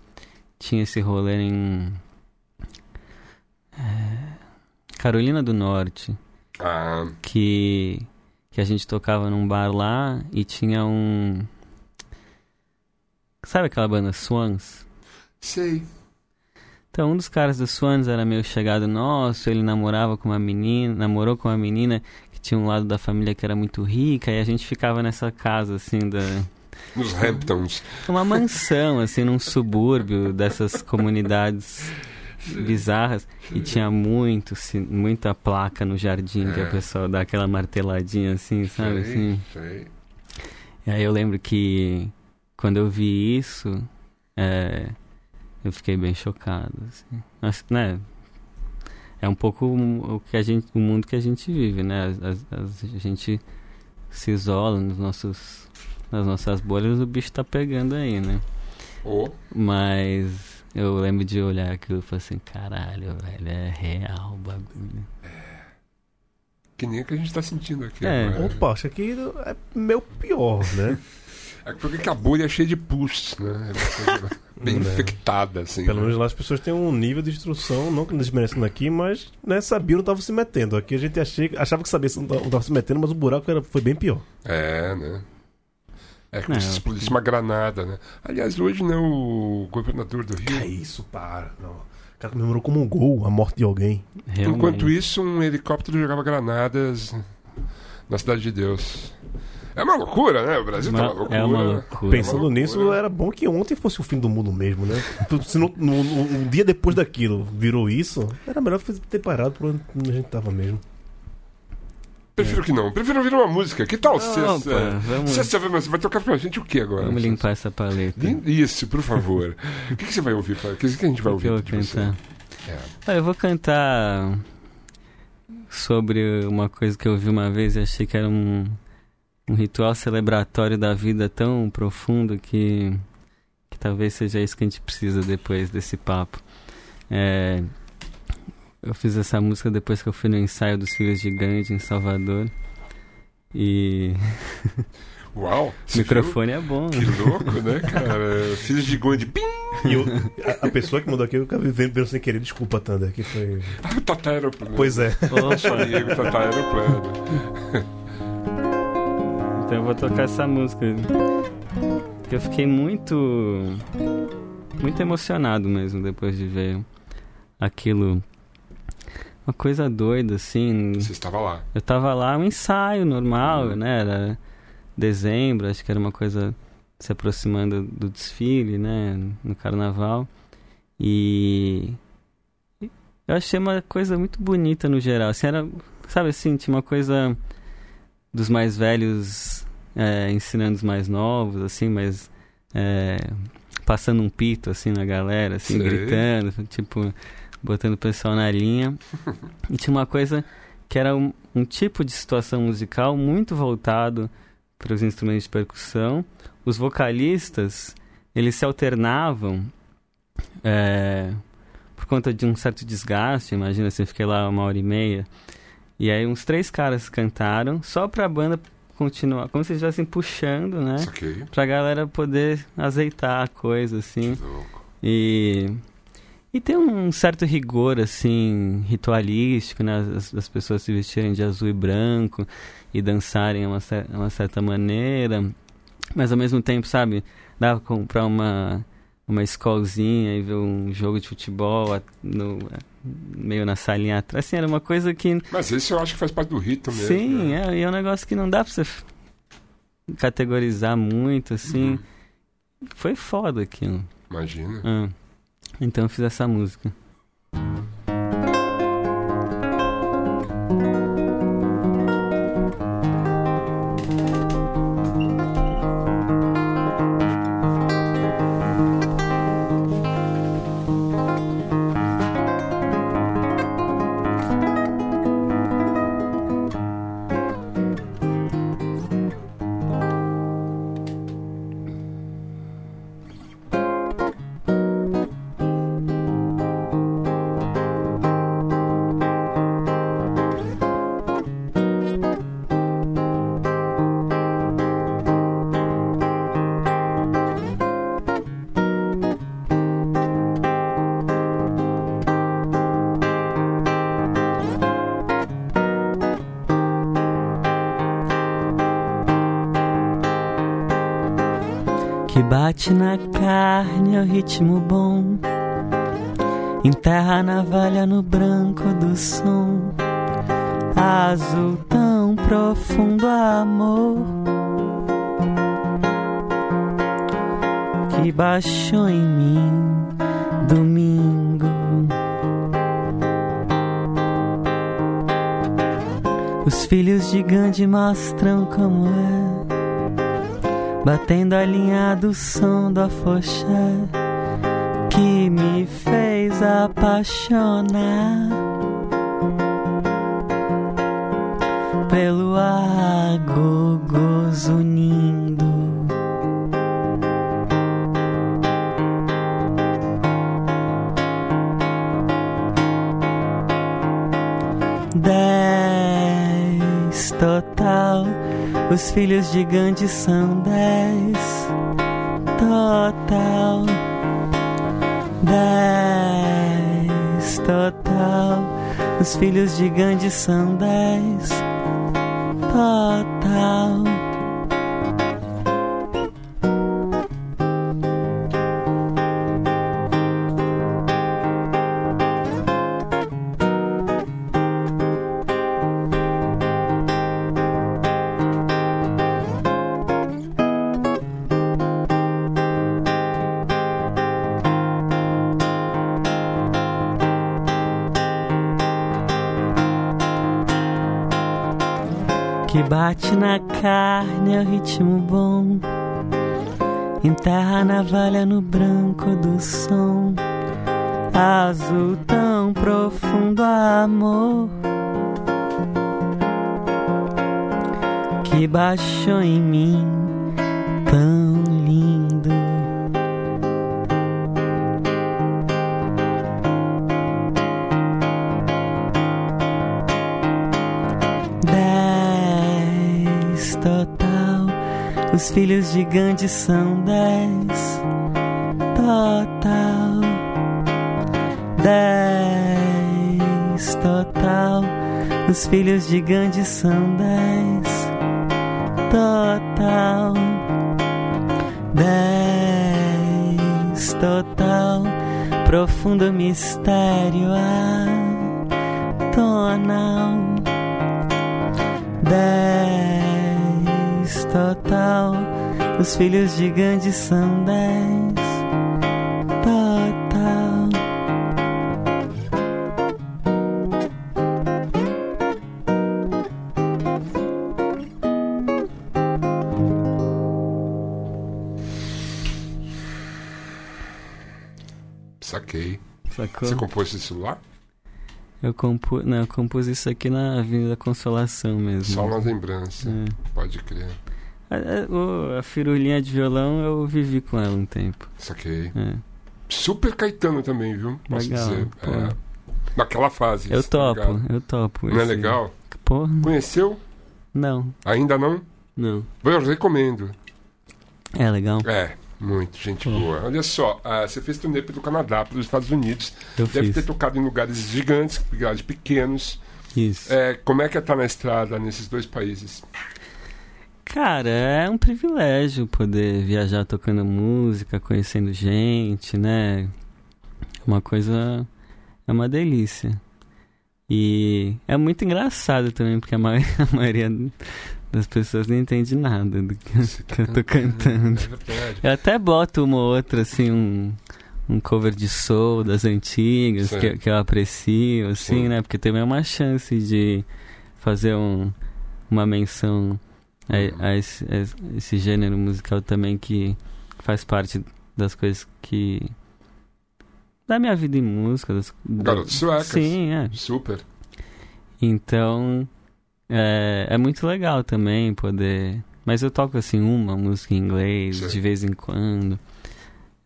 tinha esse rolê em eh, Carolina do Norte,
Ah,
que que a gente tocava num bar lá e tinha um Sabe aquela banda Swans?
sei.
Então, um dos caras do Swans era meio chegado nosso, ele namorava com uma menina, namorou com uma menina que tinha um lado da família que era muito rica, e a gente ficava nessa casa, assim, da,
Nos Hamptons.
uma mansão, assim, num subúrbio dessas comunidades bizarras. E tinha muito, ci- muita placa no jardim que
É.
a pessoa dá aquela marteladinha assim, sabe? Assim.
sei.
E aí eu lembro que quando eu vi isso, é, eu fiquei bem chocado. Assim. Mas, né? É um pouco o que a gente, o mundo que a gente vive, né? As- as- as- a gente se isola nos nossos, nas nossas bolhas, o bicho tá pegando aí, né?
Ou,
Mas eu lembro de olhar aquilo e falar assim, caralho, velho, é real o bagulho.
que nem o que a gente tá sentindo aqui.
É.
agora.
Opa, acho que é meu pior, né?
É porque que a bolha é cheia de pus, né? É uma coisa bem
Né.
infectada, assim.
Pelo
né?
menos lá as pessoas têm um nível de instrução, não que desmerecendo aqui, mas né, sabiam, não estavam se metendo. Aqui a gente achei, achava que sabia se não estavam se metendo, mas o buraco era, foi bem pior.
É, né? É como
É.
se explodisse uma granada, né? Aliás, hoje, né, o governador do Rio.
É isso, para. Não. O cara comemorou como um gol a morte de alguém.
Realmente.
Enquanto isso, um helicóptero jogava granadas na Cidade de Deus. É uma loucura, né? O Brasil tá uma
Uma-
loucura.
é uma
né?
loucura.
Pensando
loucura.
nisso, era bom que ontem fosse o fim do mundo mesmo, né? Se não, no- no- um dia depois daquilo virou isso, era melhor ter parado por onde a gente tava mesmo.
Prefiro que não. Prefiro ouvir uma música. Que tal
É. Ah, Opa,
Cessa?
vamos,
Cessa, é você é vai tocar pra gente o que agora?
vamos limpar essa paleta.
Lim- Isso, por favor. o que, que você vai ouvir? Clara? O que que a gente vai
O que
ouvir
eu vou
de você?
cantar?
É.
Ah, Eu vou cantar sobre uma coisa que eu vi uma vez e achei que era um, um ritual celebratório da vida tão profundo que, que talvez seja isso que a gente precisa depois desse papo. É, eu fiz essa música depois que eu fui no ensaio dos Filhos de Gandhi em Salvador. E
Uau!
o
você
microfone é bom.
viu? Que louco, né, cara? Filhos de Gonde. Pim!
E eu- a, a pessoa que mandou aqui, eu acabei vendo, vendo sem querer, desculpa, Thunder, que foi.
Ah, Tata Aeroplano.
Pois é.
Nosso
Opa,
amigo Tata Aeroplano.
Então eu vou tocar essa música. Porque eu fiquei muito. Muito emocionado mesmo depois de ver aquilo. Uma coisa doida, assim.
Você estava lá.
Eu tava lá, um ensaio normal, né? Era dezembro, acho que era uma coisa se aproximando do desfile, né? No carnaval. E. Eu achei uma coisa muito bonita no geral. Assim, era, sabe assim, tinha uma coisa dos mais velhos é, ensinando os mais novos, assim, mas é, passando um pito assim na galera, assim,
Sei.
gritando, tipo, botando o pessoal na linha. e tinha uma coisa que era um, um tipo de situação musical muito voltado para os instrumentos de percussão. Os vocalistas, eles se alternavam é, por conta de um certo desgaste, imagina, assim, eu fiquei lá uma hora e meia. E aí uns três caras cantaram, só pra banda continuar, como se estivessem puxando, né?
Saquei.
Pra galera poder azeitar a coisa, assim.
Que louco.
E, e tem um certo rigor, assim, ritualístico, né? As, as pessoas se vestirem de azul e branco e dançarem de uma, cer- uma certa maneira. Mas ao mesmo tempo, sabe, dava pra comprar uma, uma escolzinha e ver um jogo de futebol a- no- meio na salinha atrás. Assim, era uma coisa que
Mas esse eu acho que faz parte do rito mesmo.
Sim,
né?
é, e é um negócio que não dá pra você f- categorizar muito, assim.
Uhum.
Foi foda aquilo.
Imagina.
Ah, Então eu fiz essa música. Que bate na carne é o ritmo bom. Enterra a navalha no branco do som. Azul tão profundo amor. Que baixou em mim domingo. Os filhos de Gandhi mostram como é Batendo a linha do som do afoxé Que me fez apaixonar Pelo agogos unindo Dez total, os filhos de Gandhi são dez total. Dez total, os filhos de Gandhi são dez total. que bate na carne é o ritmo bom. Enterra a navalha no branco do som, azul tão profundo amor que baixou em mim tão lindo. Dez total. Os filhos de Gandhi são dez total. Dez total. Os filhos de Gandhi são dez total. Dez total. Profundo mistério atonal. 10 total. Os filhos de Gandhi são 10 total.
Saquei.
Sacou?
Você compôs esse celular?
Eu compu... Não, eu compus isso aqui na Avenida Consolação mesmo.
Só uma lembrança. Pode crer.
É. A, a- o- a firulinha de violão eu vivi com ela um tempo.
Saquei.
É.
Super Caetano também, viu? Posso
Legal,
dizer.
pô.
É. Naquela fase.
Eu
tá
topo,
ligado?
eu topo.
Não é
esse-
legal?
Porra,
Conheceu?
não,
Ainda não?
não.
Eu recomendo.
É legal.
É, muito, gente
Hum.
boa. Olha só, ah, você fez turnê pelo Canadá, pelos Estados Unidos.
Eu
Deve
fiz.
ter tocado em lugares gigantes, lugares pequenos.
Isso.
É, como é que é estar na estrada nesses dois países?
Cara, é um privilégio poder viajar tocando música, conhecendo gente, né? É Uma coisa. É uma delícia. E é muito engraçado também, porque a, ma- a maioria das pessoas não entende nada né? do que
Você tá
que eu tô cantando.
É verdade.
Eu até boto uma ou outra, assim, um, um cover de soul das antigas,
Sim.
que, que eu aprecio, assim,
Sim.
né? Porque também é uma chance de fazer um, uma menção a, a esse, a esse gênero musical também que faz parte das coisas que. da minha vida em música. Das, da-
Garotos suecas.
Sim, é.
Super.
Então, é, é muito legal também poder. Mas eu toco assim uma música em inglês
Sim.
de vez em quando.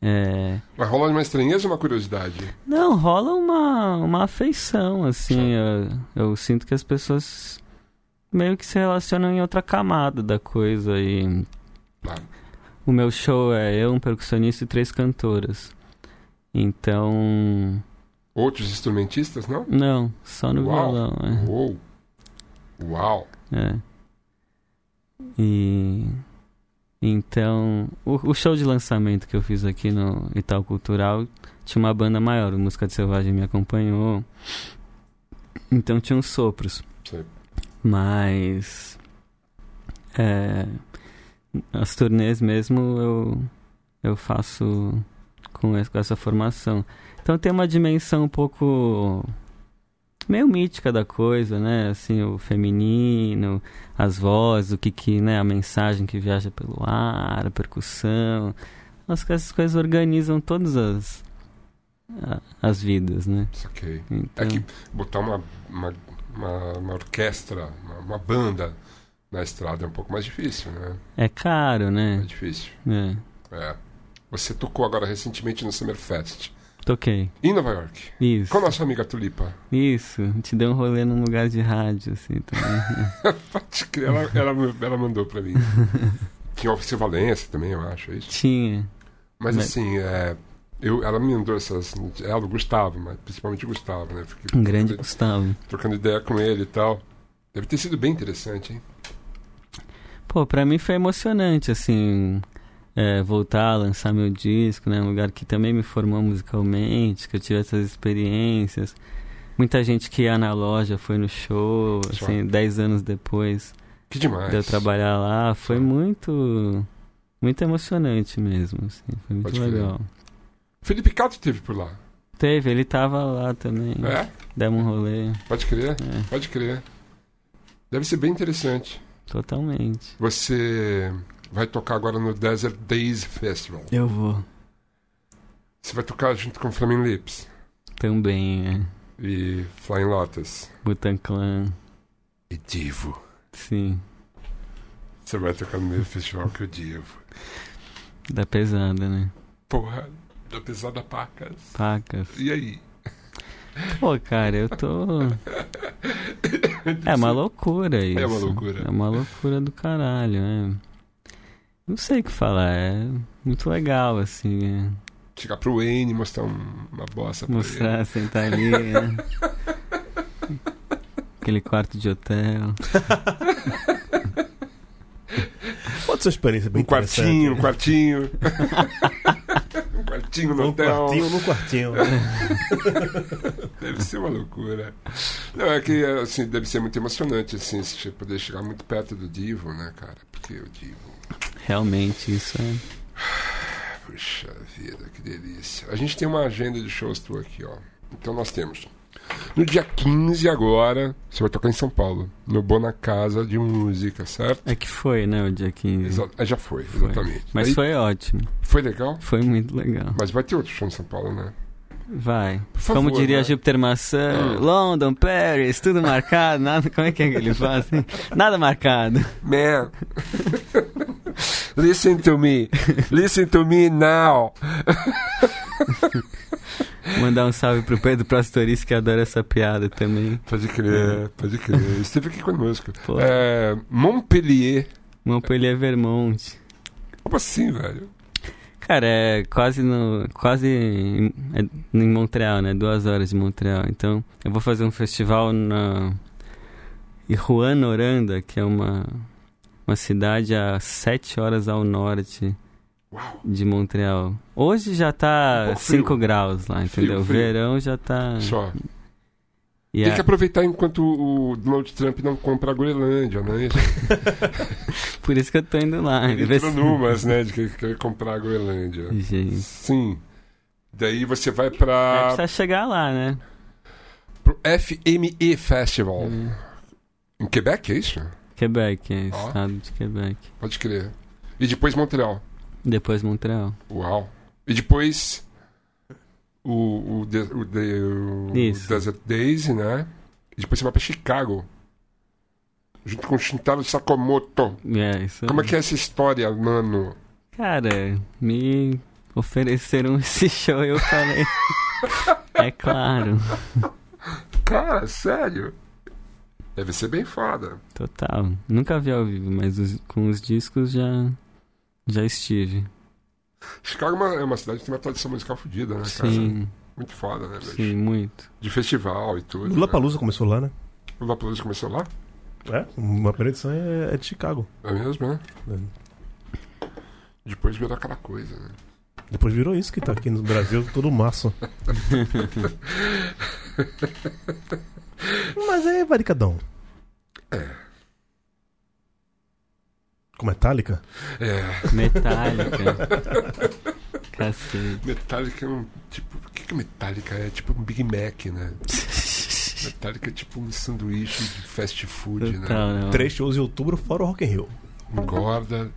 É,
Mas rola uma estranheza ou uma curiosidade?
Não, rola uma, uma afeição, assim.
Sim.
Eu, eu sinto que as pessoas meio que se relacionam em outra camada da coisa. E
Claro.
o meu show é eu, um percussionista e três cantoras. Então,
Outros instrumentistas, não?
não, só no
Uau.
violão. é.
Uou. Uau.
É. E. Então, o, o show de lançamento que eu fiz aqui no Itaú Cultural tinha uma banda maior, o Música de Selvagem me acompanhou. Então tinha uns sopros.
Sim.
Mas. É, as turnês mesmo eu, eu faço com es- com essa formação. Então tem uma dimensão um pouco meio mítica da coisa, né? Assim, o feminino, as vozes, o que que, né, a mensagem que viaja pelo ar, a percussão. Nossa, essas coisas organizam todas as a- as vidas, né?
Saquei.
Então,
É que botar uma, uma, uma, uma orquestra, uma, uma banda na estrada é um pouco mais difícil, né?
é caro,
É
né?
difícil.
É.
É. Você tocou agora recentemente no Summerfest,
Toquei.
em Nova York,
Isso.
com a nossa amiga Tulipa.
Isso. Te deu um rolê num lugar de rádio, assim, também.
Pode crer, ela, ela, ela mandou pra mim. Tinha Office Valença também, eu acho, é isso?
Tinha.
Mas
Mas-
assim, é, eu, ela me mandou essas. Ela, o Gustavo, mas principalmente o Gustavo, né? Fiquei
Um grande Gustavo.
trocando ideia com ele e tal. Deve ter sido bem interessante, hein?
Pô, pra mim foi emocionante, assim, é, voltar a lançar meu disco, né? Um lugar que também me formou musicalmente, que eu tive essas experiências. Muita gente que ia na loja foi no show,
Só.
assim, dez anos depois
Que demais.
de eu trabalhar lá. Foi
Só.
muito, muito emocionante mesmo, assim, foi muito
Pode crer.
legal.
Felipe Cato teve por lá.
Teve, ele tava lá também,
É?
demos um rolê,
Pode crer,
é,
pode crer. Deve ser bem interessante.
totalmente.
Você vai tocar agora no Desert Days Festival.
Eu vou.
Você vai tocar junto com Flaming Lips
Também, é.
e Flying Lotus.
Butan Clan,
E Divo.
sim,
Você vai tocar no mesmo festival que o Divo.
da pesada, né?
Porra, da pesada pacas.
Pacas.
E aí?
Pô, cara, eu tô. É uma loucura isso.
uma loucura.
É uma loucura do caralho, né? Não sei o que falar, é muito legal, assim, é.
Chegar pro Wayne, mostrar um- uma bossa pra ele.
mostrar, sentar ali, né? Aquele quarto de hotel.
Pode ser uma experiência bem
Um quartinho, um
interessante.
quartinho. um quartinho no
Num
hotel.
quartinho, num quartinho.
Deve ser uma loucura. Não, é que assim, deve ser muito emocionante, assim, você poder chegar muito perto do Divo, né, cara? Porque o Divo.
Realmente, isso é.
Puxa vida, que delícia. A gente tem uma agenda de shows tua aqui, ó. Então nós temos. No dia 15 agora, você vai tocar em São Paulo, no Bona Casa de Música, certo?
É que foi, né, o dia 15.
Exa- ah, já foi,
Foi.
exatamente.
Mas
Aí-
foi ótimo.
foi legal?
Foi muito legal.
Mas vai ter outro show em São Paulo, né?
Vai.
favor, né?
Como diria
vai. É.
Júpiter Maçã, London, Paris, tudo marcado, nada. Como é que é que ele faz? nada marcado.
Man. Listen to me. Listen to me now.
Mandar um salve pro Pedro Prastoris que adora essa piada também.
Pode crer, pode crer. Esteve aqui conosco.
Pô.
É, Montpellier.
Montpellier Vermont.
Como assim, velho?
Cara, é quase no. quase em, é em Montreal, né? Duas horas de Montreal. Então, eu vou fazer um festival na Juan Oranda, que é uma, uma cidade a sete horas ao norte
Uau.
de Montreal. Hoje já tá
pouco frio.
5 graus
Frio,
lá, entendeu? O
frio.
Verão já tá.
Só.
E é
Tem
a-
que aproveitar enquanto o Donald Trump não compra a Groenlândia, não é isso?
Por isso que eu tô indo lá.
Ele
Vê
entrou
se-
numas, né, de que quer comprar a Groenlândia.
Gente.
Sim. Daí você vai
É,
pra
precisa chegar lá, né?
pro FME Festival.
É.
Em Quebec, é isso?
Quebec, é
Ó.
estado de Quebec.
Pode crer. E depois Montreal.
Depois Montreal.
Uau. E depois o, o, de, o, de, o
Isso.
Desert Days, né? E depois você vai pra Chicago. Junto com o Shintaro Sakamoto.
É, isso
Como é
aí.
que é essa história, mano?
Cara, me ofereceram esse show e eu falei. é claro,
Cara, sério? Deve ser bem foda.
total. Nunca vi ao vivo, mas os- com os discos já. Já estive.
Chicago é uma, é uma cidade que tem uma tradição musical fodida, né, cara?
Sim,
Muito foda, né,
sim,
velho?
muito.
De festival e tudo.
O Palusa começou lá, né?
Né? O Lollapalooza começou lá?
É, uma predição é, é de Chicago.
É mesmo, né?
É.
Depois virou aquela coisa, né?
Depois virou isso que tá aqui no Brasil, todo maço. Mas é varicadão.
É.
Com Metallica?
É.
Metallica. Cacete.
Metallica é um. Tipo, o que, que Metallica é? Tipo um Big Mac, né? Metallica é tipo um sanduíche de fast food, né?
Total, não.
Três shows em outubro, fora o Rock in Rio.
Engorda.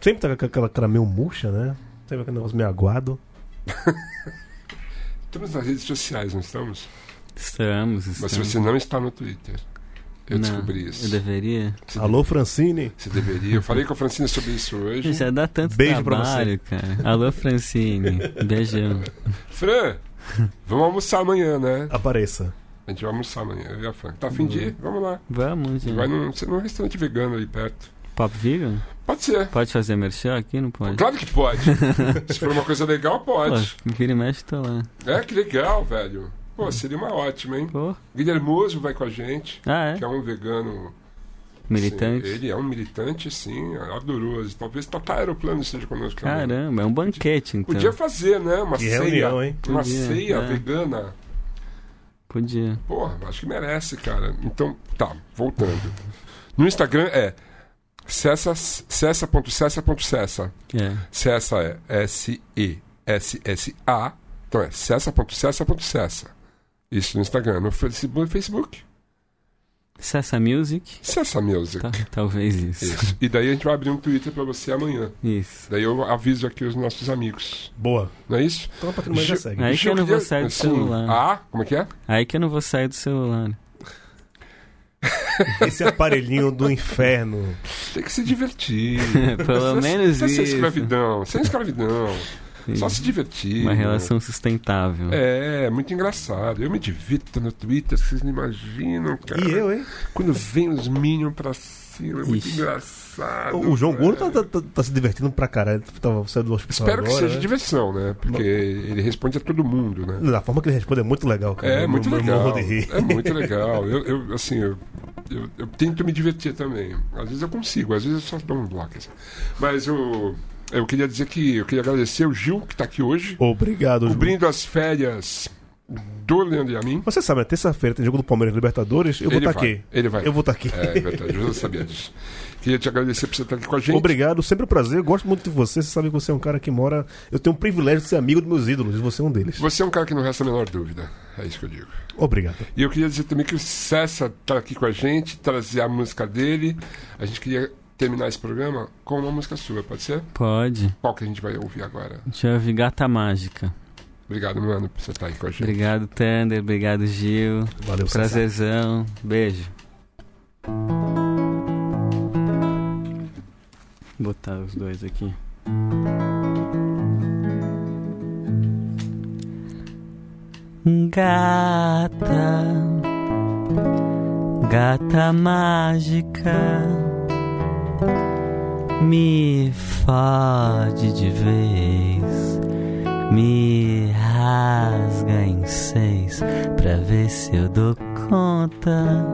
Sempre tá com aquela cara meio murcha, né? Sempre aquele negócio meio aguado.
Estamos nas redes sociais, não estamos?
Estamos, estamos.
Mas você não está no Twitter. Eu
Não,
descobri isso.
Eu deveria.
Você
Alô, Francine.
Você deveria. Eu falei com a Francina sobre isso hoje.
Já dá tanto
Beijo pra
trabalho, cara. Alô, Francine. Beijão.
Fran, vamos almoçar amanhã, né?
Apareça.
A gente vai almoçar amanhã, eu e a Fran. Tá afim de ir? Vamos lá.
Vamos, gente.
Vai num, você- num restaurante vegano ali perto.
Pop Vegan?
Pode ser.
Pode fazer merchan aqui? Não pode?
Claro que pode. Se for uma coisa legal, pode.
Pô, vira e mexe, tô lá.
É, que legal, velho. Pô, seria uma ótima, hein?
Pô.
Guilhermoso vai com a gente,
Ah, é?
que é um vegano.
Militante.
Sim, ele é um militante, sim, ardoroso. Talvez Tata Aeroplano esteja conosco também.
Caramba, é um banquete, então.
Podia fazer, né? Uma
Que
ceia.
reunião, hein?
Uma
Podia,
ceia
é.
vegana.
Podia.
Porra, acho que merece, cara. Então, tá, voltando. No Instagram é cessa- cessa.cessa.cessa.
É.
Cessa é S-E-S-S-A. Então é cessa.cessa.cessa. Isso no Instagram. No Facebook, Facebook
Cessa Music?
Cessa Music.
Tá, talvez isso.
Isso. E daí a gente vai abrir um Twitter pra você amanhã.
Isso.
Daí eu aviso aqui os nossos amigos.
Boa.
Não é isso?
Então a patrimônio já
Ju-
segue.
Aí
Deixa
que eu não
queria-
vou sair do
Sim.
celular.
Ah, como é que é?
Aí que eu não vou sair do celular.
Esse aparelhinho do inferno.
Tem que se divertir. é
Pelo
Sem-
menos
sem Sem
isso.
escravidão, sem escravidão. Só se divertir.
Uma
né?
relação sustentável.
É, muito engraçado. Eu me divirto no Twitter, vocês não imaginam, cara.
E eu, hein?
Quando vem os Minions pra cima, é muito
Ixi.
engraçado.
O o João
velho.
Gordo tá, tá- tá- tá se divertindo pra caralho. Tava saindo do hospital
Espero que
agora,
seja
né?
diversão, né? Porque ele responde a todo mundo, né?
Da forma que ele responde é muito legal, cara.
É,
Eu-
muito
eu
legal.
morro de rir.
É muito legal. Eu, eu, assim, eu, eu, eu tento me divertir também. Às vezes eu consigo, às vezes eu só dou um bloco. assim. Mas eu, eu queria dizer que eu queria agradecer o Gil, que tá aqui hoje.
Obrigado,
O
João.
brindo às férias do Leandro e a mim.
Você sabe, né? Terça-feira tem jogo do Palmeiras e Libertadores. Eu vou
Ele
estar
vai,
aqui.
ele vai.
Eu vou estar aqui.
É, é verdade, eu já sabia disso. Queria te agradecer por você estar aqui com a gente.
Obrigado, sempre um prazer. Eu Gosto muito de você. Você sabe que você é um cara que mora. Eu tenho o privilégio de ser amigo dos meus ídolos. E você é um deles.
Você é um cara que não resta a menor dúvida. É isso que eu digo.
Obrigado.
E eu queria dizer também que o Cessa tá aqui com a gente, trazer a música dele. A gente queria terminar esse programa com uma música sua, pode ser?
Pode.
Qual que a gente vai ouvir agora?
Deixa eu ouvir Gata Mágica.
Obrigado, mano, por você estar aí com a gente.
Obrigado, Thunder. Obrigado, Gil.
Valeu, César.
Prazerzão. Beijo. Vou botar os dois aqui. Gata, gata mágica, me fode de vez, me rasga em seis pra ver se eu dou conta,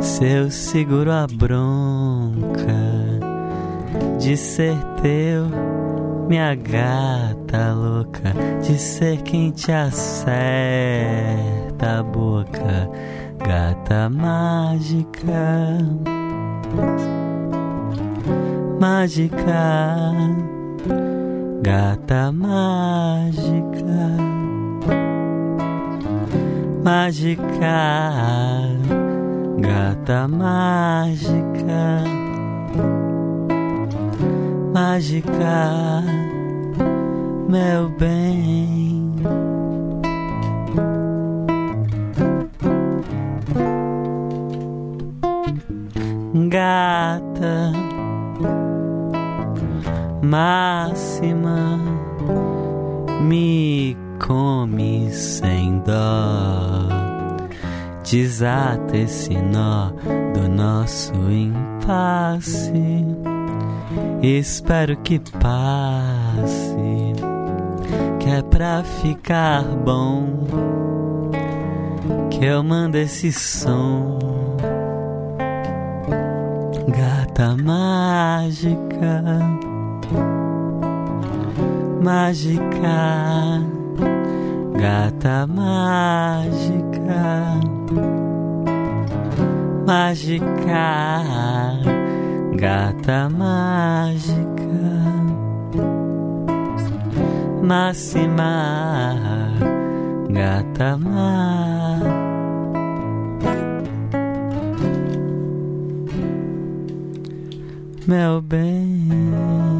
se eu seguro a bronca de ser teu, minha gata louca, de ser quem te acerta a boca, gata mágica, mágica, gata mágica, mágica, gata mágica mágica, meu bem. Gata máxima, me come sem dó. Desata esse nó do nosso impasse. Espero que passe, que é pra ficar bom. Que eu mando esse som, gata mágica, mágica, gata mágica, mágica. Gata mágica, máxima, gata má. Meu bem.